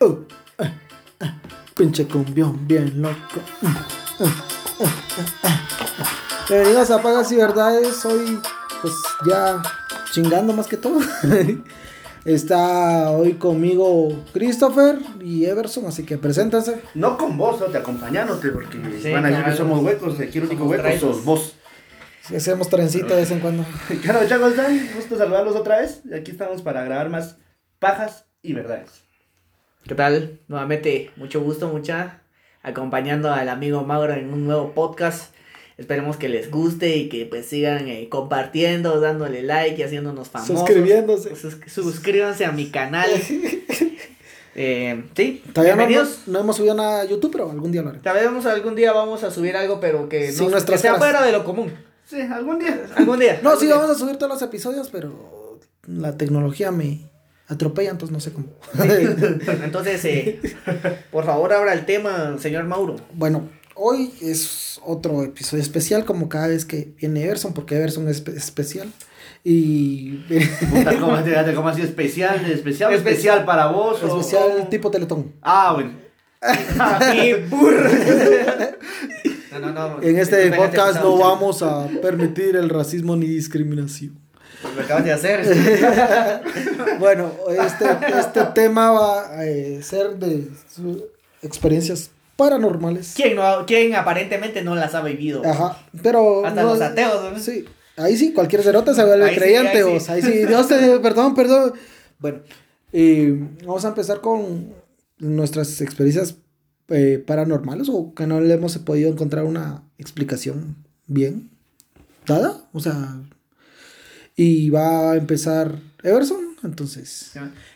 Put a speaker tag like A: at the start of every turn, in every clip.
A: uh, ah, ah, pinche cumbión bien loco. uh, uh, uh, ah, ah. Bienvenidos a Pagas y Verdades. Hoy, pues ya chingando más que todo. Está hoy conmigo Christopher y Everson, así que preséntense.
B: No con vos, no te acompañándote, porque
C: Sí,
B: van a
C: claro.
B: somos huecos, aquí el único
C: Somos
B: hueco
C: traidores.
B: sos vos.
A: Que hacemos trencita de vez en cuando.
B: Claro, chavos, Dan, gusto saludarlos otra vez. Y Aquí estamos para grabar más pajas y verdades.
C: ¿Qué tal? Nuevamente, mucho gusto, mucha. Acompañando al amigo Mauro en un nuevo podcast. Esperemos que les guste y que pues sigan eh, compartiendo, dándole like y haciéndonos famosos.
A: Suscribiéndose.
C: Sus- suscríbanse a mi canal. Eh, sí,
A: Todavía no,
C: bienvenidos.
A: no hemos subido nada a YouTube, pero algún día lo haré.
C: Tal vez vamos- algún día vamos a subir algo, pero que,
A: Sin
C: no-
A: nuestras
C: que sea
A: caras.
C: fuera de lo común.
B: Sí, algún día.
C: Algún día.
A: No,
C: algún
A: sí,
C: día.
A: vamos a subir todos los episodios, pero la tecnología me atropella, entonces no sé cómo.
C: Bueno, Entonces, eh, por favor, abra el tema, señor Mauro.
A: Bueno, hoy es otro episodio especial, como cada vez que viene Everson, porque Everson es espe- especial. Y
B: Puta, ¿cómo, te- te- cómo así especial, especial, especial para vos. o-
A: especial
B: o-
A: tipo Teletón.
B: Ah, bueno.
C: ¡Qué burro! No, no, no.
A: En este
C: Venga,
A: podcast
C: te-
A: no vamos a permitir el racismo ni discriminación.
C: Lo acabas de hacer.
A: Bueno, este, este tema va a eh, ser de su- experiencias paranormales.
C: ¿Quién, no ha- quién aparentemente no las ha vivido?
A: Ajá, pero...
C: Hasta
A: no-
C: los ateos. ¿no?
A: Sí, ahí sí, cualquier cerote se vuelve
C: Ahí sí,
A: creyente,
C: ahí
A: vos.
C: sí.
A: Ahí sí, Dios te, perdón, perdón. Bueno, eh, vamos a empezar con nuestras experiencias eh, paranormales o que no le hemos podido encontrar una explicación bien dada, o sea, y va a empezar Everson, entonces.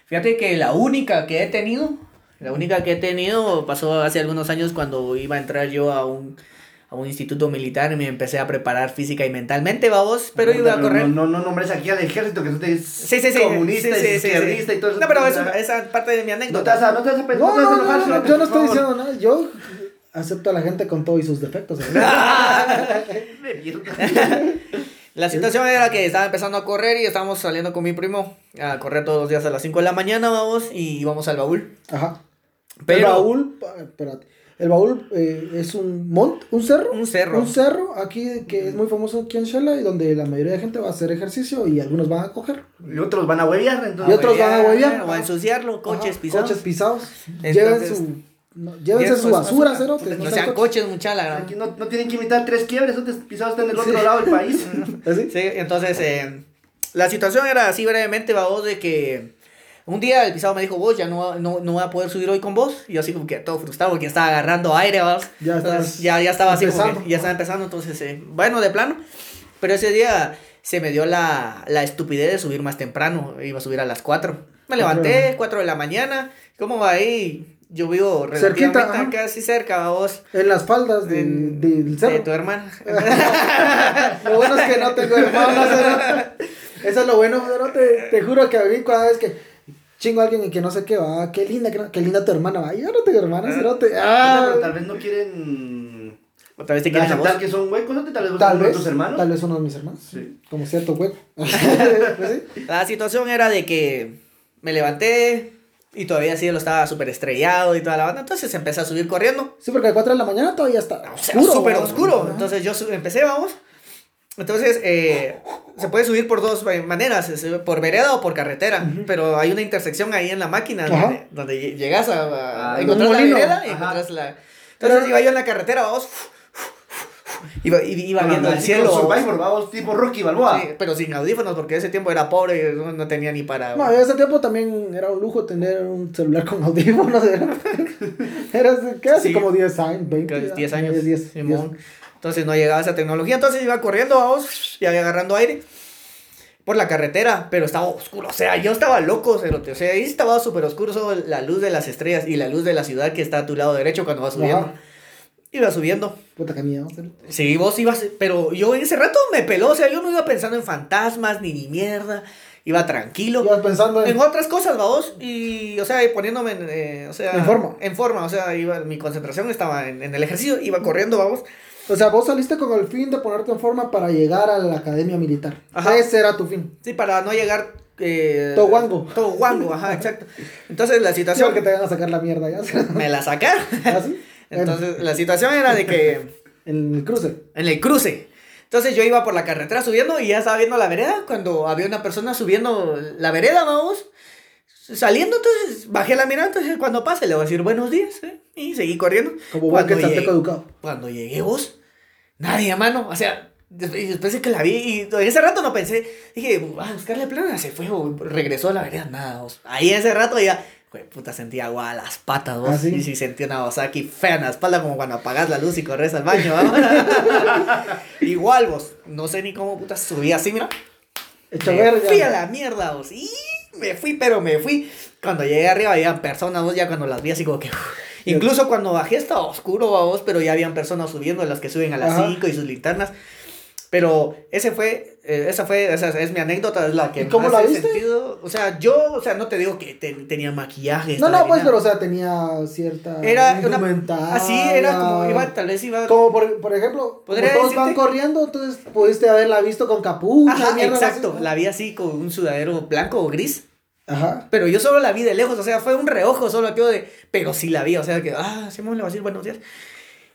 C: Fíjate que la única que he tenido, la única que he tenido pasó hace algunos años cuando iba a entrar yo a un, a un instituto militar y me empecé a preparar física y mentalmente, babos, pero iba a correr.
B: No, no, no nombres aquí al ejército que tú te
C: Sí, sí, sí.
B: comunista,
C: sí, sí, sí, sí.
B: izquierdista y todo eso.
C: No, pero esa, esa parte de mi
B: No te vas
C: anécdota.
B: a, no te vas a, pe-
A: No,
B: te vas a
A: Pues, no, no, no,
B: enojar, cerote,
A: yo no
B: por
A: estoy
B: favor.
A: diciendo nada, yo acepto a la gente con todo y sus defectos. ¿verdad?
B: De mierda.
C: La situación era que estaba empezando a correr y estábamos saliendo con mi primo a correr todos los días a las 5 de la mañana, vamos, y íbamos al baúl.
A: Ajá.
C: Pero-
A: el baúl, pa- espérate, el baúl eh, es un mont, un cerro,
C: Un cerro.
A: un cerro aquí que es muy famoso aquí en Shela y donde la mayoría de gente va a hacer ejercicio y algunos van a coger.
B: Y otros van a hueviar,
A: Y
B: entonces.
A: otros van a huevear.
C: O a ensuciarlo, coches
A: Ajá,
C: pisados.
A: Coches pisados.
C: Entonces-
A: lleven su, no, llévense su basura, cerotes.
C: No
A: no
C: sean
A: sean
C: coches, mucha la gran-
B: Aquí no, no tienen que imitar tres quiebres, otros pisados están del otro
A: Sí.
B: lado del país.
A: Así.
C: Sí, entonces, eh, la situación era así brevemente, va vos, de que un día el pisado me dijo, vos ya no, va- no, no voy a poder subir hoy con vos. Y yo así como que todo frustrado porque estaba agarrando aire, vamos.
A: Ya
C: Entonces,
A: estabas
C: ya, ya estaba así, como que
A: empezando.
C: ya estaba empezando, entonces, eh, bueno, de plano. Pero ese día se me dio la, la estupidez de subir más temprano, iba a subir a las 4. Me levanté, 4 de la mañana, ¿cómo va ahí? Yo vivo relativamente
A: Cerquita, ajá.
C: casi cerca, va vos,
A: En las faldas de-
C: En-
A: del
C: de
A: cerro.
C: tu hermana.
A: Lo bueno es que no tengo hermanos. cerote. Eso es lo bueno, pero te, te juro que a mí cada vez que chingo a alguien y que no sé qué va, "Ah, qué linda, qué, qué linda tu hermana va. Yo no tengo hermana, cerote.
B: Ah,
A: Ah,
B: pero tal vez no quieren
C: Otra vez te quieren a vos.
B: aceptar que son huecos, ¿no? Tal vez vos
A: Tal
B: sos uno de
A: vez,
B: tus hermanos.
A: tal vez uno de mis hermanos.
B: Sí.
A: Como cierto hueco. Pues sí.
C: La situación era de que me levanté y todavía sí lo estaba súper estrellado y toda la banda. Entonces empecé a subir corriendo.
A: Sí, porque a 4 de la mañana todavía está
C: O sea,
A: oscuro.
C: Súper
A: ¿no?
C: oscuro.
A: Ajá.
C: Entonces yo su- empecé, vamos. Entonces eh, se puede subir por dos eh, maneras, se sube por vereda o por carretera. Pero hay una intersección ahí en la máquina
A: Ajá.
C: donde, donde lle- llegas a, a-
B: Ah,
C: a encontrar
A: un
C: la
A: molino.
C: vereda y
B: Ajá.
C: encontrás la... Entonces
A: Pero-
C: iba yo en la carretera, vamos. Iba, iba- iba viendo el cielo. vamos.
B: Survivor, vamos, tipo Rocky Balboa.
C: Sí, pero sin audífonos porque ese tiempo era pobre, no, no tenía ni para...
A: No, en ese tiempo también era un lujo tener un celular con audífonos. Era, era casi
C: Sí.
A: como 10 años, 20.
C: Casi
A: ya,
C: 10 años.
A: 10, 10.
C: Simón. Entonces no llegaba esa tecnología. Entonces iba corriendo, vamos, y agarrando aire por la carretera, pero estaba oscuro. O sea, yo estaba loco, cerote. O sea, ahí estaba súper oscuro solo la luz de las estrellas y la luz de la ciudad que está a tu lado derecho cuando vas subiendo.
A: Ajá.
C: Iba subiendo.
A: Puta que miedo, cerote.
C: Sí, vos ibas, pero yo en ese rato me peló. O sea, yo no iba pensando en fantasmas ni ni mierda. Iba tranquilo
A: Ibas pensando en.
C: en otras cosas, vamos, y, o sea, y poniéndome, en, eh, o sea...
A: En forma.
C: En forma, o sea, iba, mi concentración estaba en, en el ejercicio, iba corriendo, vamos,
A: O sea, vos saliste con el fin de ponerte en forma para llegar a la academia militar.
C: Ajá.
A: Ese era tu fin.
C: Sí, para no llegar. Eh,
A: Toguango.
C: Toguango, ajá, exacto. Entonces la
A: Así
C: situación.
A: que te van a sacar la mierda ya.
C: Me la sacaron.
A: ¿Así?
C: Entonces la situación era de que.
A: En el cruce.
C: En el cruce. Entonces yo iba por la carretera subiendo y ya estaba viendo la vereda. Cuando había una persona subiendo la vereda, vamos. Saliendo, entonces bajé la mirada. Entonces cuando pase le voy a decir buenos días. ¿eh? Y seguí corriendo.
A: Como buen
C: Cuando
A: quetzalteco
C: llegué-
A: educado.
C: cuando llegué vos, nadie, mano. O sea, des- y después de que la vi, y en ese rato no pensé, dije, va a buscarle plana, se fue, o regresó a la vereda, nada, vos. Ahí en ese rato ya, güey, puta, sentía agua a las patas, vos.
A: ¿Ah, sí?
C: Y sí sentía una aquí fea en la espalda, como cuando apagas la luz y corres al baño, ¿va? Igual, vos, no sé ni cómo, puta, subí así, mira.
A: Hecho
C: Me
A: verga.
C: fui a la mierda, vos. Y me fui, pero me fui. Cuando llegué arriba había personas, vos, ya cuando las vi así como que... uf. Incluso cuando bajé estaba oscuro, va, vos, pero ya habían personas subiendo, las que suben a las
A: Ajá.
C: 5 y sus linternas. Pero ese fue, eh, esa fue, esa es mi anécdota, es la que
A: ¿Y cómo
C: más
A: la
C: he
A: viste?
C: sentido. O sea, yo, o sea, no te digo que te- tenía maquillaje.
A: No, no,
C: estaba
A: pues,
C: ni
A: pero o
C: nada.
A: sea, tenía cierta.
C: Era una...
A: indumentaria.
C: Así era como, iba, tal vez iba...
A: Como por, por ejemplo, como
C: Podría
A: todos van
C: decirte-
A: corriendo, entonces pudiste haberla visto con capucha.
C: Ajá,
A: mierda,
C: exacto,
A: así, ¿no?
C: la Ah, vi así con un sudadero blanco o gris.
A: Ajá.
C: Pero yo solo la vi de lejos, o sea, fue un reojo solo aquello de. Pero sí la vi, o sea, que, ah, Simón le va a decir buenos días.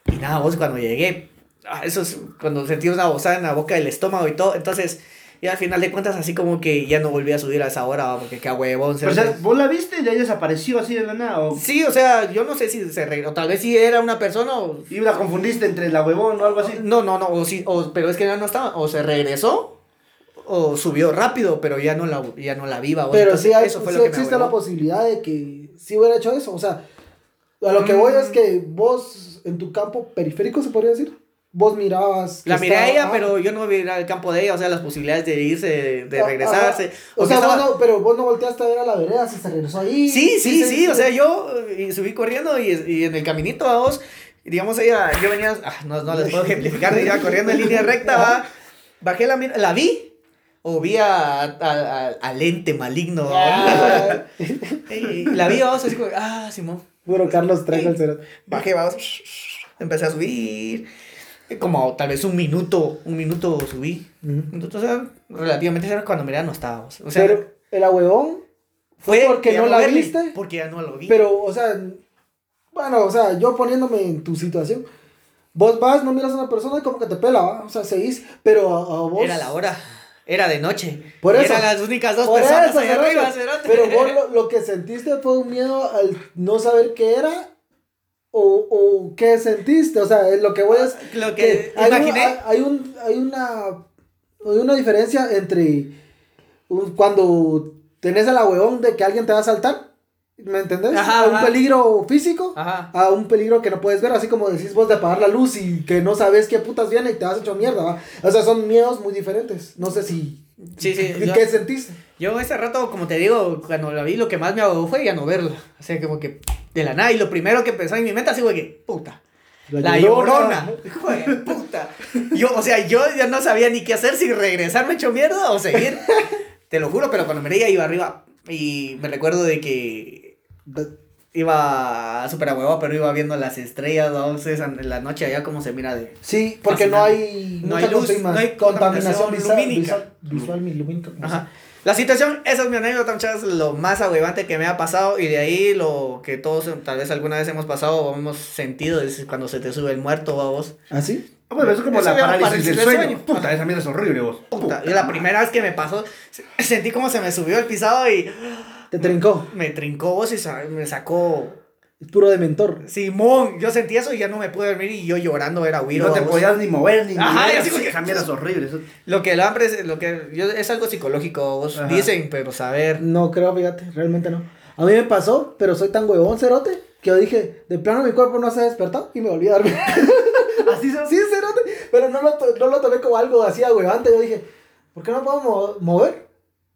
C: Y nada, vos cuando llegué, ah, eso es cuando sentí una bozada en la boca del estómago y todo. Entonces, y al final de cuentas, así como que ya no volví a subir a esa hora, ¿va? porque qué huevón.
B: Pero, o
C: cerote.
B: sea, ¿vos la viste y de ahí desapareció así de la nada? ¿O
C: Sí, o sea, yo no sé si se regresó, tal vez sí era una persona o.
B: y la confundiste entre la huevón o algo así?
C: No, no, no, o sí, o, pero es que ya no estaba, o se regresó. O subió rápido, pero ya no la, ya no la viva.
A: Pero sí, hay, sí existe la
C: posibilidad
A: posibilidad de que sí hubiera hecho eso. O sea, a lo que voy es que
C: Mm.
A: vos, en tu campo periférico, se podría decir, vos mirabas. que
C: La miré a
A: estaba-
C: ella,
A: ah,
C: pero yo no vi el campo de ella, o sea, las posibilidades de irse, de
A: ah,
C: regresarse.
A: ajá. O,
C: que
A: sea,
C: estaba-
A: vos no, pero vos no volteaste a ver a la vereda si se regresó ahí.
C: Sí, sí, sí,
A: se-
C: o sea, yo eh, subí corriendo y, y en el caminito a vos, digamos, ella, yo venía, ah, no, no les puedo ejemplificar, iba corriendo en línea recta, va, bajé la mira, la vi. O vi a, a- a- al ente maligno. ¿va?
A: Ah,
C: Y la vi, vamos, así como, ah, Simón.
A: Puro Carlos trajo el cero.
C: Bajé, vamos. Empecé a subir. Eh, Como tal vez un minuto, un minuto subí. Entonces, o sea, relativamente cerca cuando miraba no estábamos. O sea,
A: pero el ahuevón,
C: fue
A: porque
C: ya
A: no la
C: verle,
A: viste.
C: Porque ya no lo vi.
A: pero, o sea, bueno, o sea, yo poniéndome en tu situación. Vos vas, no miras a una persona y como que te pela, ¿va? o sea, seguís, pero a, a vos.
C: Era la hora. Era de noche.
A: Por
C: Y
A: eso.
C: Eran las únicas dos
A: Por
C: personas
A: eso,
C: ahí
A: cerote.
C: arriba, cerote.
A: Pero vos lo, lo que sentiste fue un miedo al no saber qué era o, o qué sentiste. O sea, lo que voy es.
C: Ah, Lo que
A: hay, un-
C: imaginé.
A: hay- hay un, hay, una, hay una diferencia entre un- cuando tenés el huevón de que alguien te va a saltar. ¿Me entendés?
C: Ajá,
A: a un
C: ajá. Ah,
A: peligro físico.
C: Ajá.
A: A un peligro que no puedes ver, así como decís vos de apagar la luz y que no sabes qué putas viene y te has hecho mierda, ¿va? O sea, son miedos muy diferentes. No sé si.
C: Sí, sí,
A: ¿Qué
C: yo-
A: qué sentiste?
C: Yo ese rato, como te digo, cuando la vi, lo que más me ahogó fue ya no verla. O sea, como que de la nada. Y lo primero que pensaba en mi mente, así fue que, puta. La llorona. Hijo de puta. Yo, o sea, yo ya no sabía ni qué hacer, si regresarme hecho mierda o seguir. Te lo juro, pero cuando me veía iba arriba y me recuerdo de que iba súper a huevo, pero iba viendo las estrellas, vamos, esa- en la noche allá como se mira de...
A: Sí, porque no hay,
C: No
A: mucha
C: hay luz,
A: contaminación-
C: no hay
A: contaminación
C: contaminación
A: visual,
C: lumínica.
A: visual, visual, mi- lumínica, no
C: Ajá. La situación, esa es mi anécdota, muchachos, lo más ahuevante que me ha pasado y de ahí lo que todos tal vez alguna vez hemos pasado o hemos sentido es cuando se te sube el muerto, vamos.
A: sé. ¿Ah, sí?
B: Ah, bueno, eso es como
C: Eso
B: la
C: era
B: parálisis, del
C: parálisis del
B: sueño.
C: sueño.
B: Puta, esa mierda es horrible, vos.
C: Puta, y la primera vez que me pasó, se- sentí como se me subió el pisado y
A: Te trincó.
C: me trincó vos y sa- me sacó
A: Es puro de mentor.
C: Simón. Yo sentí eso y ya no me pude dormir y yo llorando era
B: Y
C: Wiro.
B: no te
C: babos.
B: podías ni mover ni
C: Ajá,
B: ni
C: y
B: ver,
C: así como que-
B: Esa mierda es horrible. eso-
C: Lo que el hambre es, lo que yo- es algo psicológico, vos
B: Ajá.
C: dicen, pero saber.
A: No creo, fíjate, realmente no. A mí me pasó, pero soy tan huevón, cerote, que yo dije, de plano mi cuerpo no se ha despertado y me volví a dormir.
B: Así se...
A: sí, cerote, pero no lo, to- no lo tomé como algo así huevante. Yo dije, ¿por qué no puedo mo- mover?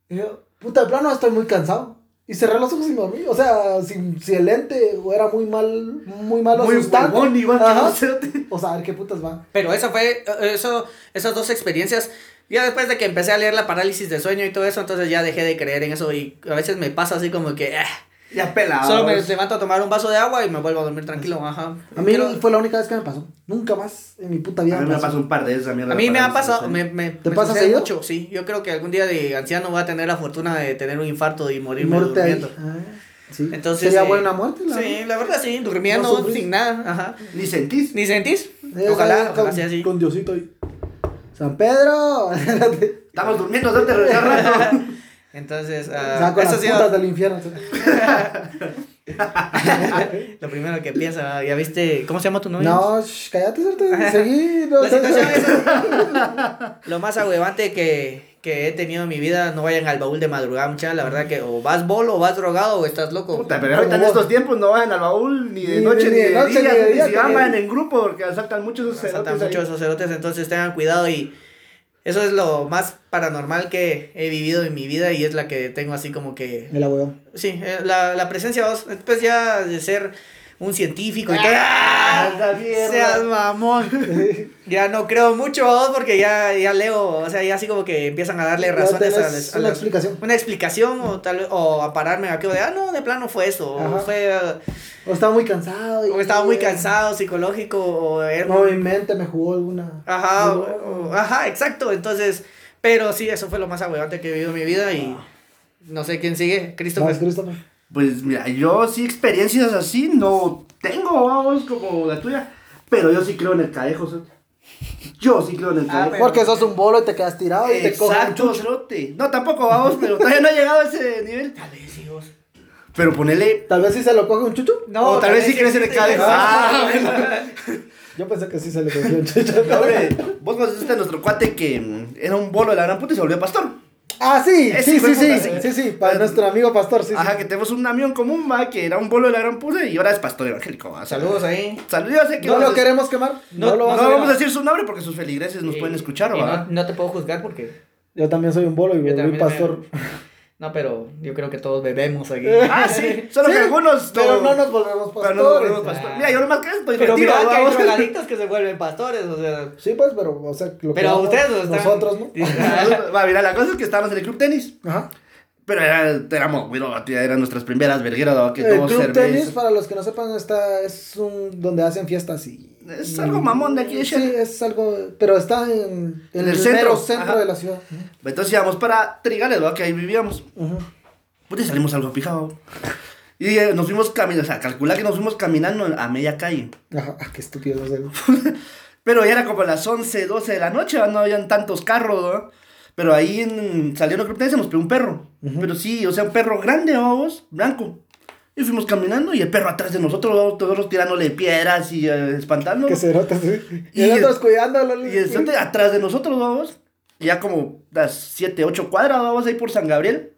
A: Y yo, puta, de plano estoy muy cansado. Y cerré los ojos y me dormí. O sea, si, si el ente era muy mal, muy malo
B: Muy
A: asustante.
B: huevón, igual que
A: Ajá.
B: vos, cerote.
A: O sea, a ver qué putas va.
C: Pero eso fue, e-, eso, esas dos experiencias. Ya después de que empecé a leer la parálisis del sueño y todo eso, entonces ya dejé de creer en eso y a veces me pasa así como que, "Ah,
B: Ya pelado.
C: Solo me levanto a tomar un vaso de agua y me vuelvo a dormir tranquilo. Ajá.
A: A mí
C: Quiero-
A: fue la única vez que me pasó. Nunca más en mi puta vida
B: A mí me pasa un par de esas a
C: pues. A mí me ha pasado, me, me,
A: ¿Te
C: me
A: pasa
C: sucede
A: seguido?
C: mucho, sí. Yo creo que algún día de anciano voy a tener la fortuna de tener un infarto y
A: Y
C: morirme
A: muerte ahí.
C: durmiendo.
A: Ah, sí.
C: Entonces,
A: Sería
C: eh,
A: buena muerte, la
C: Sí, la verdad sí, durmiendo
A: No sufrís.
C: sin nada, ajá.
B: Ni sentís.
C: ¿Ni sentís?
A: Eh,
C: Ojalá,
A: con-
C: ojalá sea así.
A: Con Diosito ahí. San Pedro.
B: Estamos durmiendo antes de regresar rato.
C: Entonces,
A: O
C: ah,
A: sea, con
C: eso
A: las
C: sí,
A: putas del infierno.
C: lo primero que piensa, ah, ya viste, ¿cómo se llama tu novia?
A: No, sh, cállate, suerte. Seguí. no,
C: La situación es lo más agüevante que, que he tenido en mi vida, no vayan al baúl de madrugada, mucha, la verdad que o vas bolo, o vas drogado, o estás loco.
B: Puta, pero ahorita en
A: Como
B: estos tiempos no vayan al baúl ni de
A: Ni-
B: noche ni, de,
A: noche,
B: día.
A: ni de
B: ni
A: día,
B: si
A: que-
B: aman en grupo porque asaltan muchos esos
C: Saltan
B: cerotes ahí.
C: mucho esos cerotes, entonces tengan cuidado y eso es lo más paranormal que he vivido en mi vida y es la que tengo así como que
A: Me la huevo.
C: Sí, eh, la, la presencia, vos, después ya de ser un científico y todo.
B: Ah, la mierda.
C: Seas mamón. ya no creo mucho vos porque ya, ya leo, o sea, ya así como que empiezan a darle
A: Ya
C: razones a
A: tenés
C: las- a
A: una
C: las-
A: explicación.
C: Una explicación o tal vez, o a pararme a de, ah, no, de plano fue eso, o
A: Ajá.
C: fue,
A: O estaba muy cansado. y-
C: o estaba muy cansado psicológico, o era-
A: No, mi mente me jugó alguna.
C: Ajá,
A: Digo,
C: o- o- ajá, exacto. Entonces, pero sí, eso fue lo más agüevante que he vivido en mi vida y
A: Ah.
C: no sé quién sigue. Christopher.
A: Vas, Christopher.
B: Pues mira, yo sí experiencias así no tengo, vamos, como la tuya. Pero yo sí creo en el cadejo, cerote. Yo sí creo en el
C: Ah,
B: cadejo.
C: pero-
A: Porque sos un bolo y te quedas tirado y Ah, te cogen un
B: Exacto,
A: chucho.
B: cerote. No, tampoco, vamos, pero todavía no he llegado a ese nivel.
C: Tal vez, sí, vos.
B: Pero ponele...
A: Tal vez sí se lo coge un chucho.
C: No,
B: o tal vez sí crees en el cadejo. Ah, bueno.
A: Yo pensé que sí se le cogió un chucho.
B: No, hombre, vos conociste a nuestro cuate que mm, era un bolo de la gran puta y se volvió pastor.
A: Ah, sí,
B: Ese
A: sí,
B: hijo de
A: sí, sí,
B: puta, sí.
A: sí, sí, para
B: Ah,
A: nuestro amigo pastor, sí,
B: Ajá,
A: sí.
B: que tenemos un amigo en común, va, que era un bolo de la gran puta y ahora es pastor evangélico. va.
C: Saludos ahí.
B: Saludos, yo sé que
A: No
B: vamos
A: lo
B: a-
A: queremos quemar, no,
C: No,
A: lo
B: No
A: vamos a
B: vamos a
A: quemar.
B: decir su nombre porque sus feligreses nos
C: Y-
B: pueden escuchar,
C: Eh, y
B: va.
C: no, no te puedo juzgar porque.
A: Yo también soy un bolo y
C: Yo
A: mi
C: también
A: pastor.
C: No, pero yo creo que todos bebemos aquí.
B: Ah, sí, solo que
A: Sí,
B: algunos no.
A: Pero no nos volvemos
B: pero no
A: pastores.
B: nos volvemos pastores.
C: Ah.
B: Mira, yo nomás que estoy
C: pero
B: divertido,
C: mira que hay
B: vamos.
C: drogadictos que se vuelven pastores, o sea.
A: Sí, pues, pero, o sea, lo que
C: Pero
A: vamos,
C: ustedes no están-
A: Nosotros, ¿no?
B: Va, mira, la cosa es que estábamos en el club tenis.
A: Ajá.
B: Pero era, éramos, bueno, eran nuestras primeras vergueras, va, que
A: El
B: tomamos
A: club
B: cerveza.
A: tenis, para los que no sepan, está, es un donde hacen fiestas y...
B: Es algo mamón de aquí de
A: Sí,
B: Shell.
A: es algo, pero está en, en
B: En el
A: el,
B: centro,
A: centro,
B: ajá.
A: centro de la ciudad.
B: Entonces íbamos para Trigales, va, que ahí vivíamos.
A: Ajá.
B: Puta, y salimos algo pijado. Y eh, nos fuimos caminando, o sea, calculá que nos fuimos caminando a media calle.
A: Ajá, ah, qué estúpido es él.
B: Pero ya era como las 11, 12 de la noche, ¿va? no habían tantos carros, ¿va? Pero ahí en, salió una cripta y se nos pegó un perro. Pero sí, o sea, un perro grande, vamos, blanco. Y fuimos caminando y el perro atrás de nosotros, ¿va? todos tirándole piedras y eh, espantando.
A: Que se nota, sí.
B: Y
A: Y nosotros cuidándolo.
B: Y el cerote atrás de nosotros, vamos, ya como las 7, 8 cuadras, vamos, ahí por San Gabriel.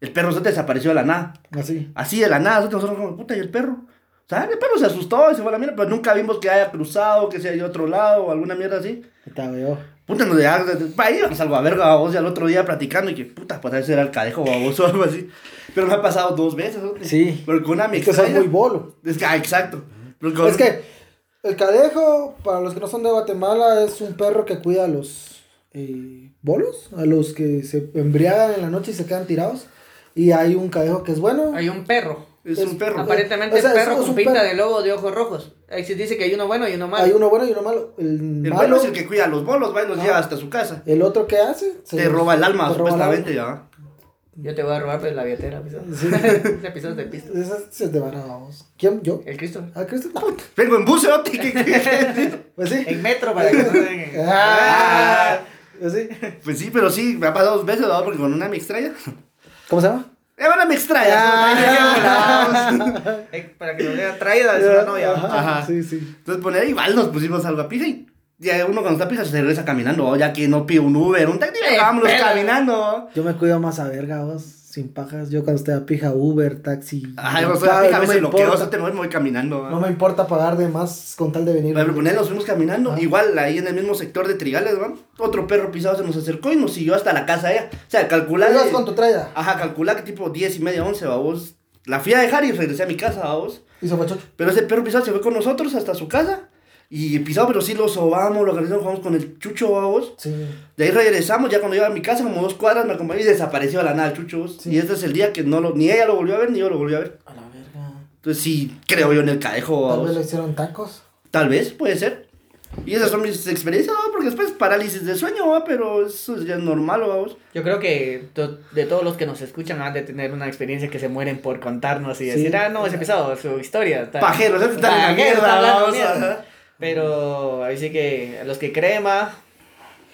B: El perro se desapareció de la nada.
A: Así.
B: Así de la nada, nosotros, nosotros como, puta, y el perro. O sea, "Ah, el perro se asustó y se fue a la mierda, pero nunca vimos que haya cruzado, que sea de otro lado o alguna mierda así.
A: Está veo.
B: Puta, nos dejaron, pa, ahí íbamos algo a verga, babos, y al otro día platicando, y que puta, pues a veces era el cadejo, babos, o algo así. Pero me ha pasado dos veces, ¿no?
A: Sí.
B: Pero con una me
A: Es que sos
B: extraña.
A: muy bolo.
B: Es que, ah, exacto. Pero con-
A: Es que el cadejo, para los que no son de Guatemala, es un perro que cuida a los eh, bolos, a los que se embriagan en la noche y se quedan tirados. Y hay un cadejo que es bueno.
C: Hay un perro.
B: Es un perro.
C: Aparentemente
A: O sea,
C: el
A: es-
C: perro
A: es
C: con
A: un
C: pinta
A: perro.
C: de lobo de ojos rojos. Ahí se dice que hay uno bueno y uno malo.
A: Hay uno bueno y uno malo. El,
B: El
A: malo,
B: bueno es el que cuida a los bolos, va y los
A: Ah.
B: lleva hasta su casa.
A: el otro que hace. se-
B: Te roba el alma,
A: te roba el alma.
B: supuestamente, ya.
C: Yo te voy a robar pues, la billetera, pisas.
A: Sí.
C: Te pisas de pista.
A: Esas se te van a vamos. ¿Quién? ¿Yo?
C: El Cristo.
A: ¿Ah, Cristo?
B: Vengo en bus, ¿no? ¿Qué- qué- qué?
A: Pues sí.
C: En metro para que no se
A: Ah, pues sí.
B: Pues sí, pero sí, me ha pasado dos veces, ¿no? Porque con una me extraña.
A: ¿Cómo se llama?
B: Eh, bueno, me extraña.
A: Ah.
B: ¿no?
C: Eh, Para que no sea traída de su novia.
A: Ajá,
B: Ajá.
A: Sí, sí.
B: Entonces poner igual nos pusimos algo a pija y ya uno cuando está pija se regresa caminando, ¿no? ya que no pide un Uber, un taxi,
C: Eh,
B: vámonos
C: pero-
B: caminando. ¿no?
A: Yo me cuido más a verga, vos, sin pajas. Yo cuando estoy a pija, Uber, taxi.
B: Ajá, yo soy
A: Claro,
B: a pija, a veces
A: me
B: lo que
A: importa.
B: vas a tener, me voy caminando.
A: No
B: ¿no?
A: me importa pagar de más con tal de venir.
B: Pero poner, nos fuimos caminando,
A: Ah.
B: igual ahí en el mismo sector de Trigales, ¿no? Otro perro pisado se nos acercó y nos siguió hasta la casa de ella. O sea, calcular.
A: Ibas con tu traida.
B: Ajá, calcular que tipo 10 y media, 11, vamos. La fui a dejar y regresé a mi casa, vamos.
A: Y sopachocho.
B: Pero ese perro pisado se fue con nosotros hasta su casa. Y pisado, pero sí lo sobamos, lo agarramos, jugamos con el chucho, vamos.
A: Sí.
B: De ahí regresamos, ya cuando iba a mi casa, como dos cuadras, me acompañó y desapareció de la nada el chucho. vos.
A: Sí.
B: Y este es el día que no lo, ni ella lo volvió a ver, ni yo lo volví a ver.
A: A la
B: Entonces sí, creo yo en el cadejo.
A: Tal vez
B: babos.
A: le hicieron tacos.
B: Tal vez, puede ser. Y esas son mis experiencias, ¿no? porque después parálisis de sueño, ¿va? pero eso ya es normal, vamos.
C: Yo creo que to- de todos los que nos escuchan han de tener una experiencia que se mueren por contarnos y
A: Sí.
C: decir, ah, no, ese pesado, su historia. tal".
B: Pajero, ¿sabes? Está en la
C: Pajero,
B: mierda,
C: está hablando
B: vamos,
C: mierda.
B: ajá.
C: Pero ahí sí que a los que crema,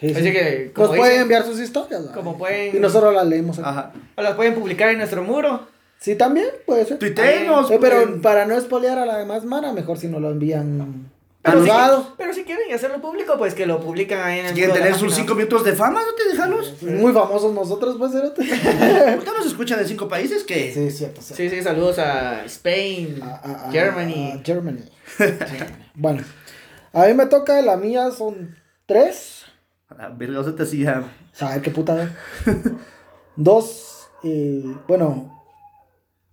A: Sí,
C: Así
A: sí.
C: que, como
A: Nos pueden
C: dicen-
A: enviar sus historias. ¿va?
C: Como pueden-
A: Y nosotros las leemos. aquí.
B: Ajá.
C: o las pueden publicar en nuestro muro.
A: Sí, también puede ser.
B: Tuitenos, pues.
A: Eh, pero
B: en-
A: para no espolear a la demás Mara, mejor si no lo envían
C: Pero si,
A: privado.
C: pero si quieren hacerlo público, pues que lo publican ahí en el
B: si quieren
C: muro de la
B: tener sus
C: página.
B: cinco minutos de fama, no te dejalos.
A: Muy famosos nosotros, pues, cerote.
B: Ustedes nos escuchan en cinco países que.
A: Sí, cierto. cierto.
C: Sí, sí, saludos a Spain,
A: A- a- a- a
C: Germany.
A: Germany. bueno, a mí me toca, la mía son tres.
B: A la verga, o sea, te hacía.
A: Saber qué puta. ¿eh? Dos, eh, bueno,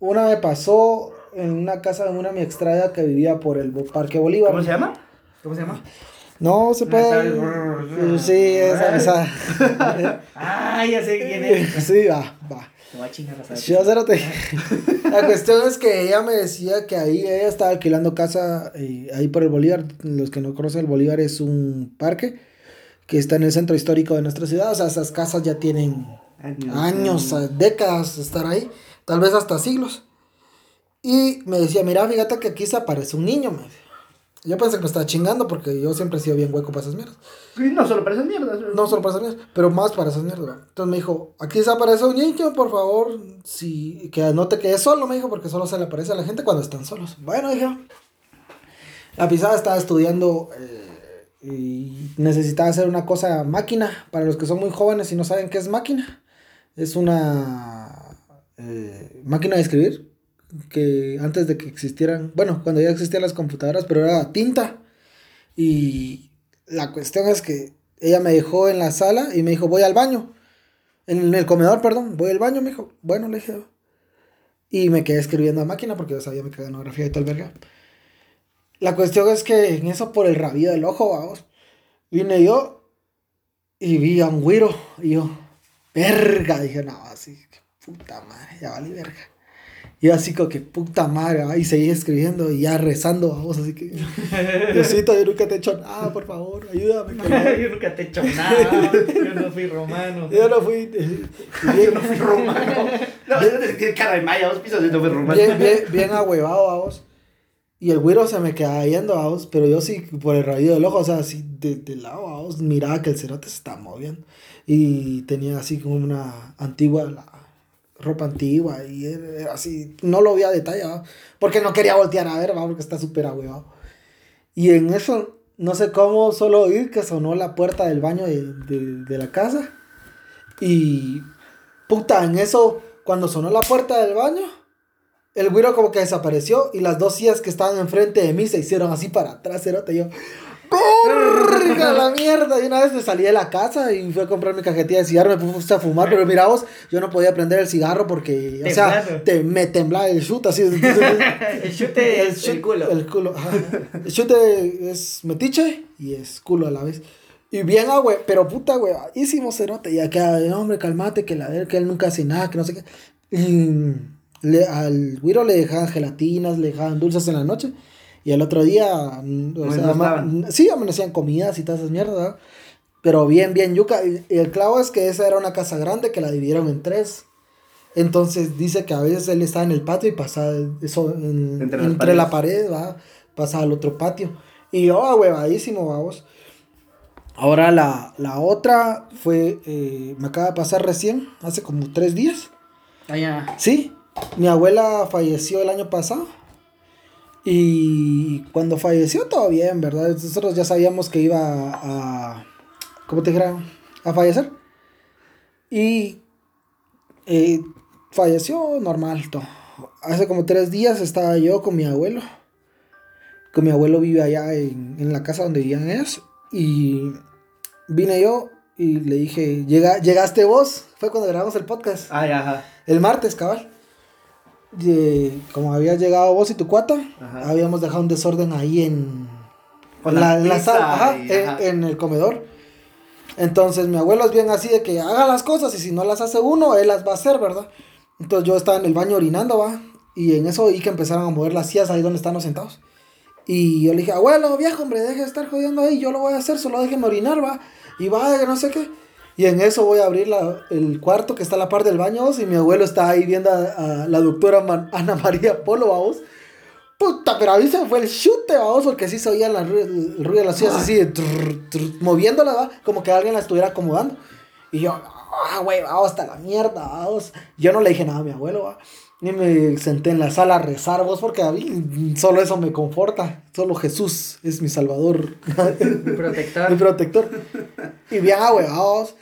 A: una me pasó en una casa de una mi extraña que vivía por el Bo- Parque Bolívar.
B: ¿Cómo se llama? Ah,
C: ¿Cómo se llama?
A: No se
C: sabe.
A: puede. Sí, esa, esa.
C: Ah, ya sé quién es.
A: Sí, va, va.
C: Te voy a chingar la
A: Pues Sí, acérate. La cuestión es que ella me decía que ahí ella estaba alquilando casa eh, ahí por el Bolívar. Los que no conocen el Bolívar es un parque que está en el centro histórico de nuestra ciudad. O sea, esas casas ya tienen años, eh, décadas de estar ahí, tal vez hasta siglos. Y me decía, mira, fíjate que aquí se aparece un niño. me decía. Yo pensé que me estaba chingando porque yo siempre he sido bien hueco para esas mierdas.
B: Sí, No solo para esas mierdas.
A: No solo para esas mierdas, pero más para esas mierdas. ¿verdad? Entonces me dijo, aquí se aparece un niño, por favor, si, que no te quedes solo, me dijo, porque solo se le aparece a la gente cuando están solos. Bueno, dije, la pisada estaba estudiando eh, y necesitaba hacer una cosa máquina, para los que son muy jóvenes y no saben qué es máquina. Es una eh, máquina de escribir que antes de que existieran, bueno, cuando ya existían las computadoras, pero era tinta. Y la cuestión es que ella me dejó en la sala y me dijo, voy al baño. En el comedor, perdón, voy al baño, me dijo, bueno, le dije. Y me quedé escribiendo a máquina porque yo sabía mecanografía y tal verga. La cuestión es que en eso por el rabillo del ojo, vamos, vine yo y vi a un güiro. Y yo, verga, dije, no, así, que puta madre, ya vale verga. Y yo así como que puta madre, ¿va? y seguí escribiendo y ya rezando, vamos, así que... Diosito, yo nunca te he hecho nada, por favor, ayúdame. por favor".
C: Yo nunca te he hecho nada. Yo no fui romano.
A: Yo no fui. eh, Bien,
B: Romano. No, tiene cara de maya, dos pisos de no fue romano.
A: bien, bien, bien ahuevado, vamos. Y el güiro se me quedaba yendo, vamos. Pero yo sí, por el rayo del ojo, o sea, así de, de lado, vamos. Miraba que el cerote se estaba moviendo. Y tenía así como una antigua. la ropa antigua. Y era era así. No lo veía a detalle, ¿vamos? Porque no quería voltear a ver, vamos. Porque está súper ahuevado. Y en eso, no sé cómo, solo oí que sonó la puerta del baño de, de- de la casa. Y puta, en eso, cuando sonó la puerta del baño, el güiro como que desapareció y las dos sillas que estaban enfrente de mí se hicieron así para atrás, cerote. y Yo, ¡verga la mierda! Y una vez me salí de la casa y fui a comprar mi cajetilla de cigarro, me puse a fumar, pero mira vos, yo no podía prender el cigarro porque, o sea,
C: Temblando.
A: te, me temblaba el shoot así.
C: El chute
A: El
C: es
A: chute-
C: el culo.
A: El culo. ajá. El chute es metiche y es culo a la vez. Y bien, ah, güey, pero puta, güey, hicimos cerote. Y acá, "No, hombre, calmate, que la ver, que él nunca hace nada, que no sé qué. Y le, al güiro le dejaban gelatinas, le dejaban dulces en la noche. Y al otro día, mm, o
B: Pues
A: sea,
B: no
A: ama-
B: estaban.
A: sí, amanecían comidas y todas esas mierdas, ¿verdad? Pero bien, bien, yuca. Y y el clavo es que esa era una casa grande que la dividieron en tres. Entonces dice que a veces él estaba en el patio y pasaba eso en-
B: Entre
A: entre,
B: las
A: la pared, va, pasaba al otro patio. Y yo, oh, huevadísimo, vamos. Ahora la, la otra fue, eh, me acaba de pasar recién, hace como tres días.
C: Allá.
A: Sí, mi abuela falleció el año pasado. Y cuando falleció, todo bien, ¿verdad? Nosotros ya sabíamos que iba a. a- ¿Cómo te dijera? A fallecer. Y. eh, falleció normal, todo. Hace como tres días estaba yo con mi abuelo. Que mi abuelo vive allá en, en la casa donde vivían ellos. Y vine yo y le dije: "Llega- Llegaste vos. Fue cuando grabamos el podcast.
B: Ay, ajá.
A: El martes, cabal. Y, eh, como habías llegado vos y tu cuata,
B: Ajá.
A: habíamos dejado un desorden ahí en
B: Con
A: la, en la
B: pizza
A: sala, ajá, eh,
B: y-
A: en-
B: ajá.
A: En, el comedor. Entonces mi abuelo es bien así de que haga las cosas y si no las hace uno, él las va a hacer, ¿verdad? Entonces yo estaba en el baño orinando, va. Y en eso oí que empezaron a mover las sillas ahí donde estamos sentados. Y yo le dije, abuelo, viejo, hombre, deje de estar jodiendo ahí, yo lo voy a hacer, solo déjeme orinar, va. Y va, que no sé qué. Y en eso voy a abrir la- el cuarto que está a la par del baño, vos, y mi abuelo está ahí viendo a, a la doctora Man- Ana María Polo, ¿va vos. Puta, pero a mí se me fue el chute, vamos, porque sí se oía la ru- el ruido de las sillas así, de trrr, trrr, moviéndola, ¿va? como que alguien la estuviera acomodando. Y yo, ah, güey, vamos, hasta la mierda, vamos. Yo no le dije nada a mi abuelo, va. Ni me senté en la sala a rezar, vos, porque a mí solo eso me conforta. Solo Jesús es mi salvador.
C: Protector.
A: Mi protector. Y bien ahuevados.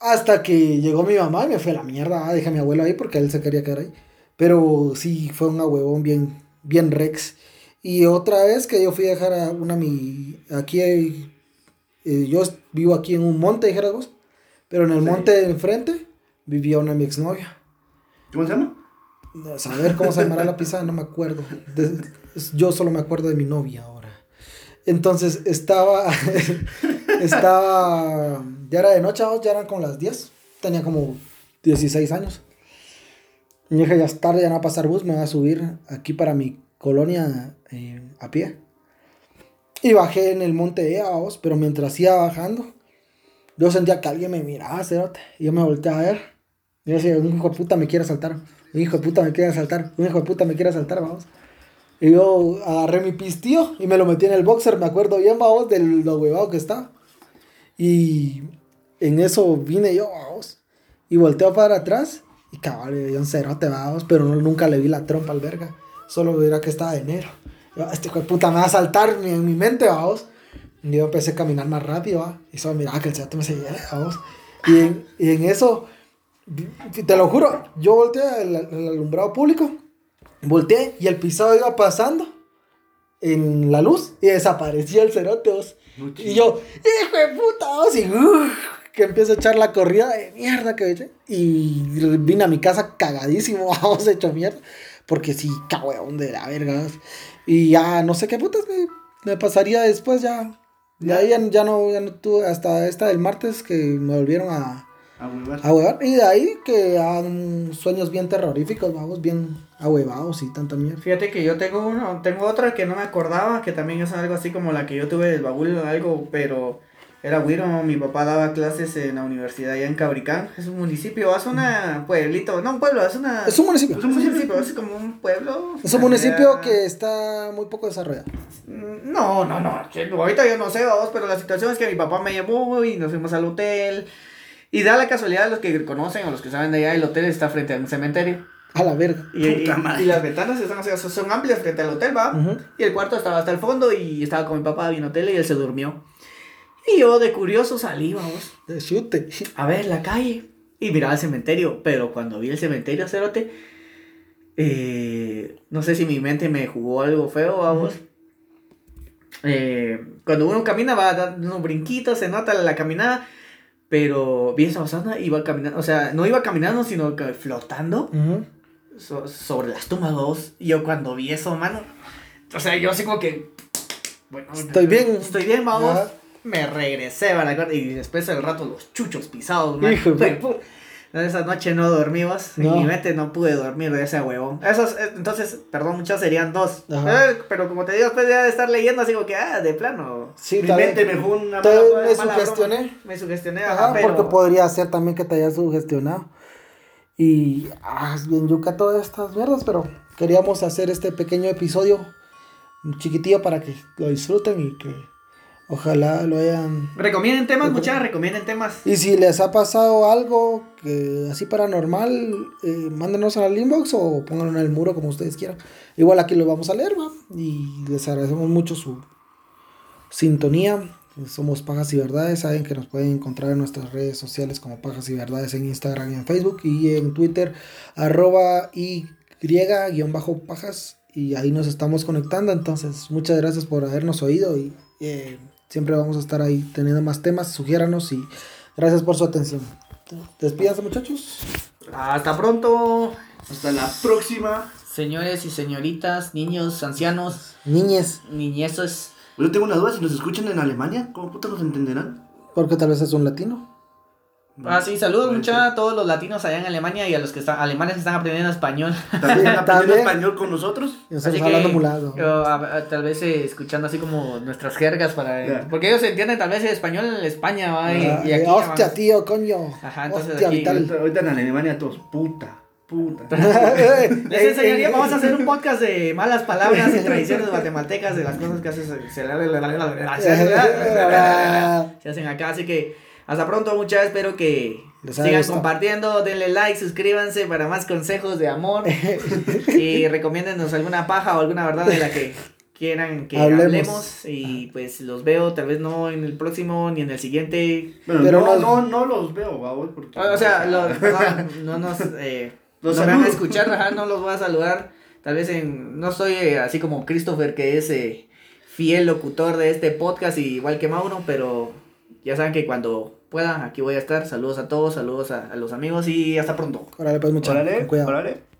A: Hasta que llegó mi mamá y me fue a la mierda. ah, Dejé a mi abuelo ahí porque él se quería quedar ahí. Pero sí, fue un ahuevón bien, bien rex. Y otra vez que yo fui a dejar a una mi. Aquí hay- eh, yo est- vivo aquí en un monte, dijeras vos. Pero en el monte de enfrente vivía una de mi exnovia.
B: ¿Cómo se llama?
A: No, a saber cómo se llamará la pizza, no me acuerdo. De- yo solo me acuerdo de mi novia ahora. Entonces estaba. estaba. Ya era de noche, vamos, ya eran como las 10. Tenía como 16 años. Y dije, ya es tarde, ya no va a pasar bus, me voy a subir aquí para mi colonia eh, a pie. Y bajé en el monte de ella, vamos, pero mientras iba bajando, yo sentía que alguien me miraba, cerote. Y yo me volteé a ver. Y yo decía, un hijo de puta me quiere asaltar. Un hijo de puta me quiere asaltar. Un hijo de puta me quiere asaltar, vamos. Y yo agarré mi pistillo y me lo metí en el boxer, me acuerdo bien, vamos, de lo huevado que está. Y en eso vine yo, vamos. Y volteo para atrás y cabal, yo un cerote, vamos. Pero no- nunca le vi la trompa al verga. Solo era que estaba de negro. Yo, este hijo de puta me va a asaltar en mi- en mi mente, vamos. Y yo empecé a caminar más rápido, ¿va? Y solo miraba que el cerote me seguía, vamos. Y en, y en eso, vi- te lo juro, yo volteé al al alumbrado público, volteé y el pisado iba pasando en la luz y desapareció el cerote, vos.
B: No,
A: Y yo, hijo de puta, vos", y "Uf", que empiezo a echar la corrida de mierda que eché. Y vine a mi casa cagadísimo, vamos, hecho mierda. Porque sí, cagüeón de la verga. vos. Y ya no sé qué putas me, me pasaría después, ya. Ya, ya, ya no, ya no tuve, hasta esta del martes que me volvieron a,
B: A huevar.
A: a huevar. Ah, Y de ahí que hagan sueños bien terroríficos, vamos, bien ahuevados y tanta mierda.
C: Fíjate que yo tengo uno, tengo otra que no me acordaba, que también es algo así como la que yo tuve del baúl o algo, pero era güiro, mi papá daba clases en la universidad allá en Cabricán, es un municipio, es un pueblito, no un pueblo, es una...
A: Es un municipio.
B: Pues
C: es un municipio, es como un pueblo.
A: Es un municipio
C: aldea.
A: que está muy poco desarrollado.
C: Mm, No, no, no. que- Ahorita yo no sé, vamos, pero la situación es que mi papá me llevó y nos fuimos al hotel. Y da la casualidad, los que conocen o los que saben de allá, el hotel está frente a un cementerio.
A: A la verga.
C: Y, y-
B: Puta madre. Mm.
C: y las ventanas están, o sea, son- son amplias frente al hotel, va.
A: Ujú.
C: Y el cuarto estaba hasta el fondo y estaba con mi papá, vino hotel y él se durmió. Y yo de curioso salí, vamos,
A: De chute.
C: a ver la calle y miraba el cementerio. Pero cuando vi el cementerio, cerote, eh, no sé si mi mente me jugó algo feo, vamos. Eh, cuando uno camina va dando unos brinquitos, se nota la caminada. Pero vi esa persona, iba caminando, o sea, no iba caminando, sino que flotando
A: Ujú.
C: so- sobre las tumbas dos. Y yo cuando vi eso, mano. O sea, yo así como que. Bueno,
A: Estoy bien.
C: Estoy bien, vamos.
A: Ajá.
C: Me regresé a la cuarta, Y después del rato, los chuchos pisados, man.
A: Hijo de-
C: Fue pu- Esa noche no dormimos.
A: No.
C: En mi mente no pude dormir de ese huevón. Esos, eh, entonces, perdón, muchas serían dos.
A: Ajá.
C: Eh, Pero como te digo, después ya de estar leyendo, así como que, ah, de plano.
A: Sí,
B: Mi
A: tal
B: mente
A: vez.
B: me jugó una
A: Tal vez
B: mala-
A: me
B: mala
A: sugestioné.
C: Me sugestioné, ajá,
A: Ajá,
C: pero.
A: porque podría ser también que te hayas sugestionado. Y ah, es bien yuca todas estas mierdas, pero queríamos hacer este pequeño episodio chiquitillo para que lo disfruten y que ojalá lo hayan
C: Recomienden temas, muchachas, recomienden temas.
A: Y si les ha pasado algo que así paranormal, eh, mándenos al inbox o pónganlo en el muro como ustedes quieran. Igual aquí lo vamos a leer, ¿va? Y les agradecemos mucho su sintonía. Somos Pajas y Verdades. Saben que nos pueden encontrar en nuestras redes sociales como Pajas y Verdades en Instagram y en Facebook y en Twitter, arroba y guión bajo pajas. Y ahí nos estamos conectando. Entonces, muchas gracias por habernos oído y eh, siempre vamos a estar ahí teniendo más temas. Sugiéranos y Gracias por su atención. Despídanse, muchachos.
C: Hasta pronto.
B: Hasta la próxima.
C: Señores y señoritas, niños, ancianos,
A: Niñez,
C: niñezos.
B: Yo tengo una duda, si nos escuchan en Alemania, ¿cómo puta nos entenderán?
A: porque tal vez es un latino.
C: Ah, sí, saludos mucha a todos los latinos allá en Alemania y a los que están, alemanes que están aprendiendo español.
B: También aprendiendo
A: También.
B: español con nosotros.
A: Nosotros
C: Así
A: hablando
C: que,
A: mulado.
C: yo, a- a- tal vez eh, escuchando así como nuestras jergas para...
B: Ya.
C: Porque ellos entienden tal vez el español en España, ¿va? Y,
A: Ah,
C: y aquí...
A: hostia,
C: jamás.
A: tío, coño.
C: Ajá, entonces
A: hostia,
C: aquí-
A: vital.
B: Ahorita, ahorita en Alemania todos, puta, puta.
C: Les enseñaría, vamos a hacer un podcast de malas palabras y tradiciones guatemaltecas, de las cosas que haces- se, se hacen acá. Así que hasta pronto, muchachos. Espero que
A: Les haya
C: sigan
A: gustado.
C: compartiendo. Denle like, suscríbanse para más consejos de amor. y recomiéndenos alguna paja o alguna verdad de la que quieran que hablemos.
A: Hablemos.
C: Y pues los veo, tal vez no en el próximo ni en el siguiente.
B: Bueno,
A: Pero
B: no,
A: nos-
B: no, no los veo, babos, porque...
C: O sea, lo- perdón, no nos. eh,
B: Los
C: no me van a
B: saludo.
C: escuchar, ajá, no los voy a saludar. Tal vez en. No soy eh, así como Christopher, que es eh, fiel locutor de este podcast, y igual que Mauro, pero ya saben que cuando puedan, aquí voy a estar. Saludos a todos, saludos a, a los amigos y hasta pronto.
A: Órale, pues, muchachos.
B: Órale,
A: Cuidado.
B: órale.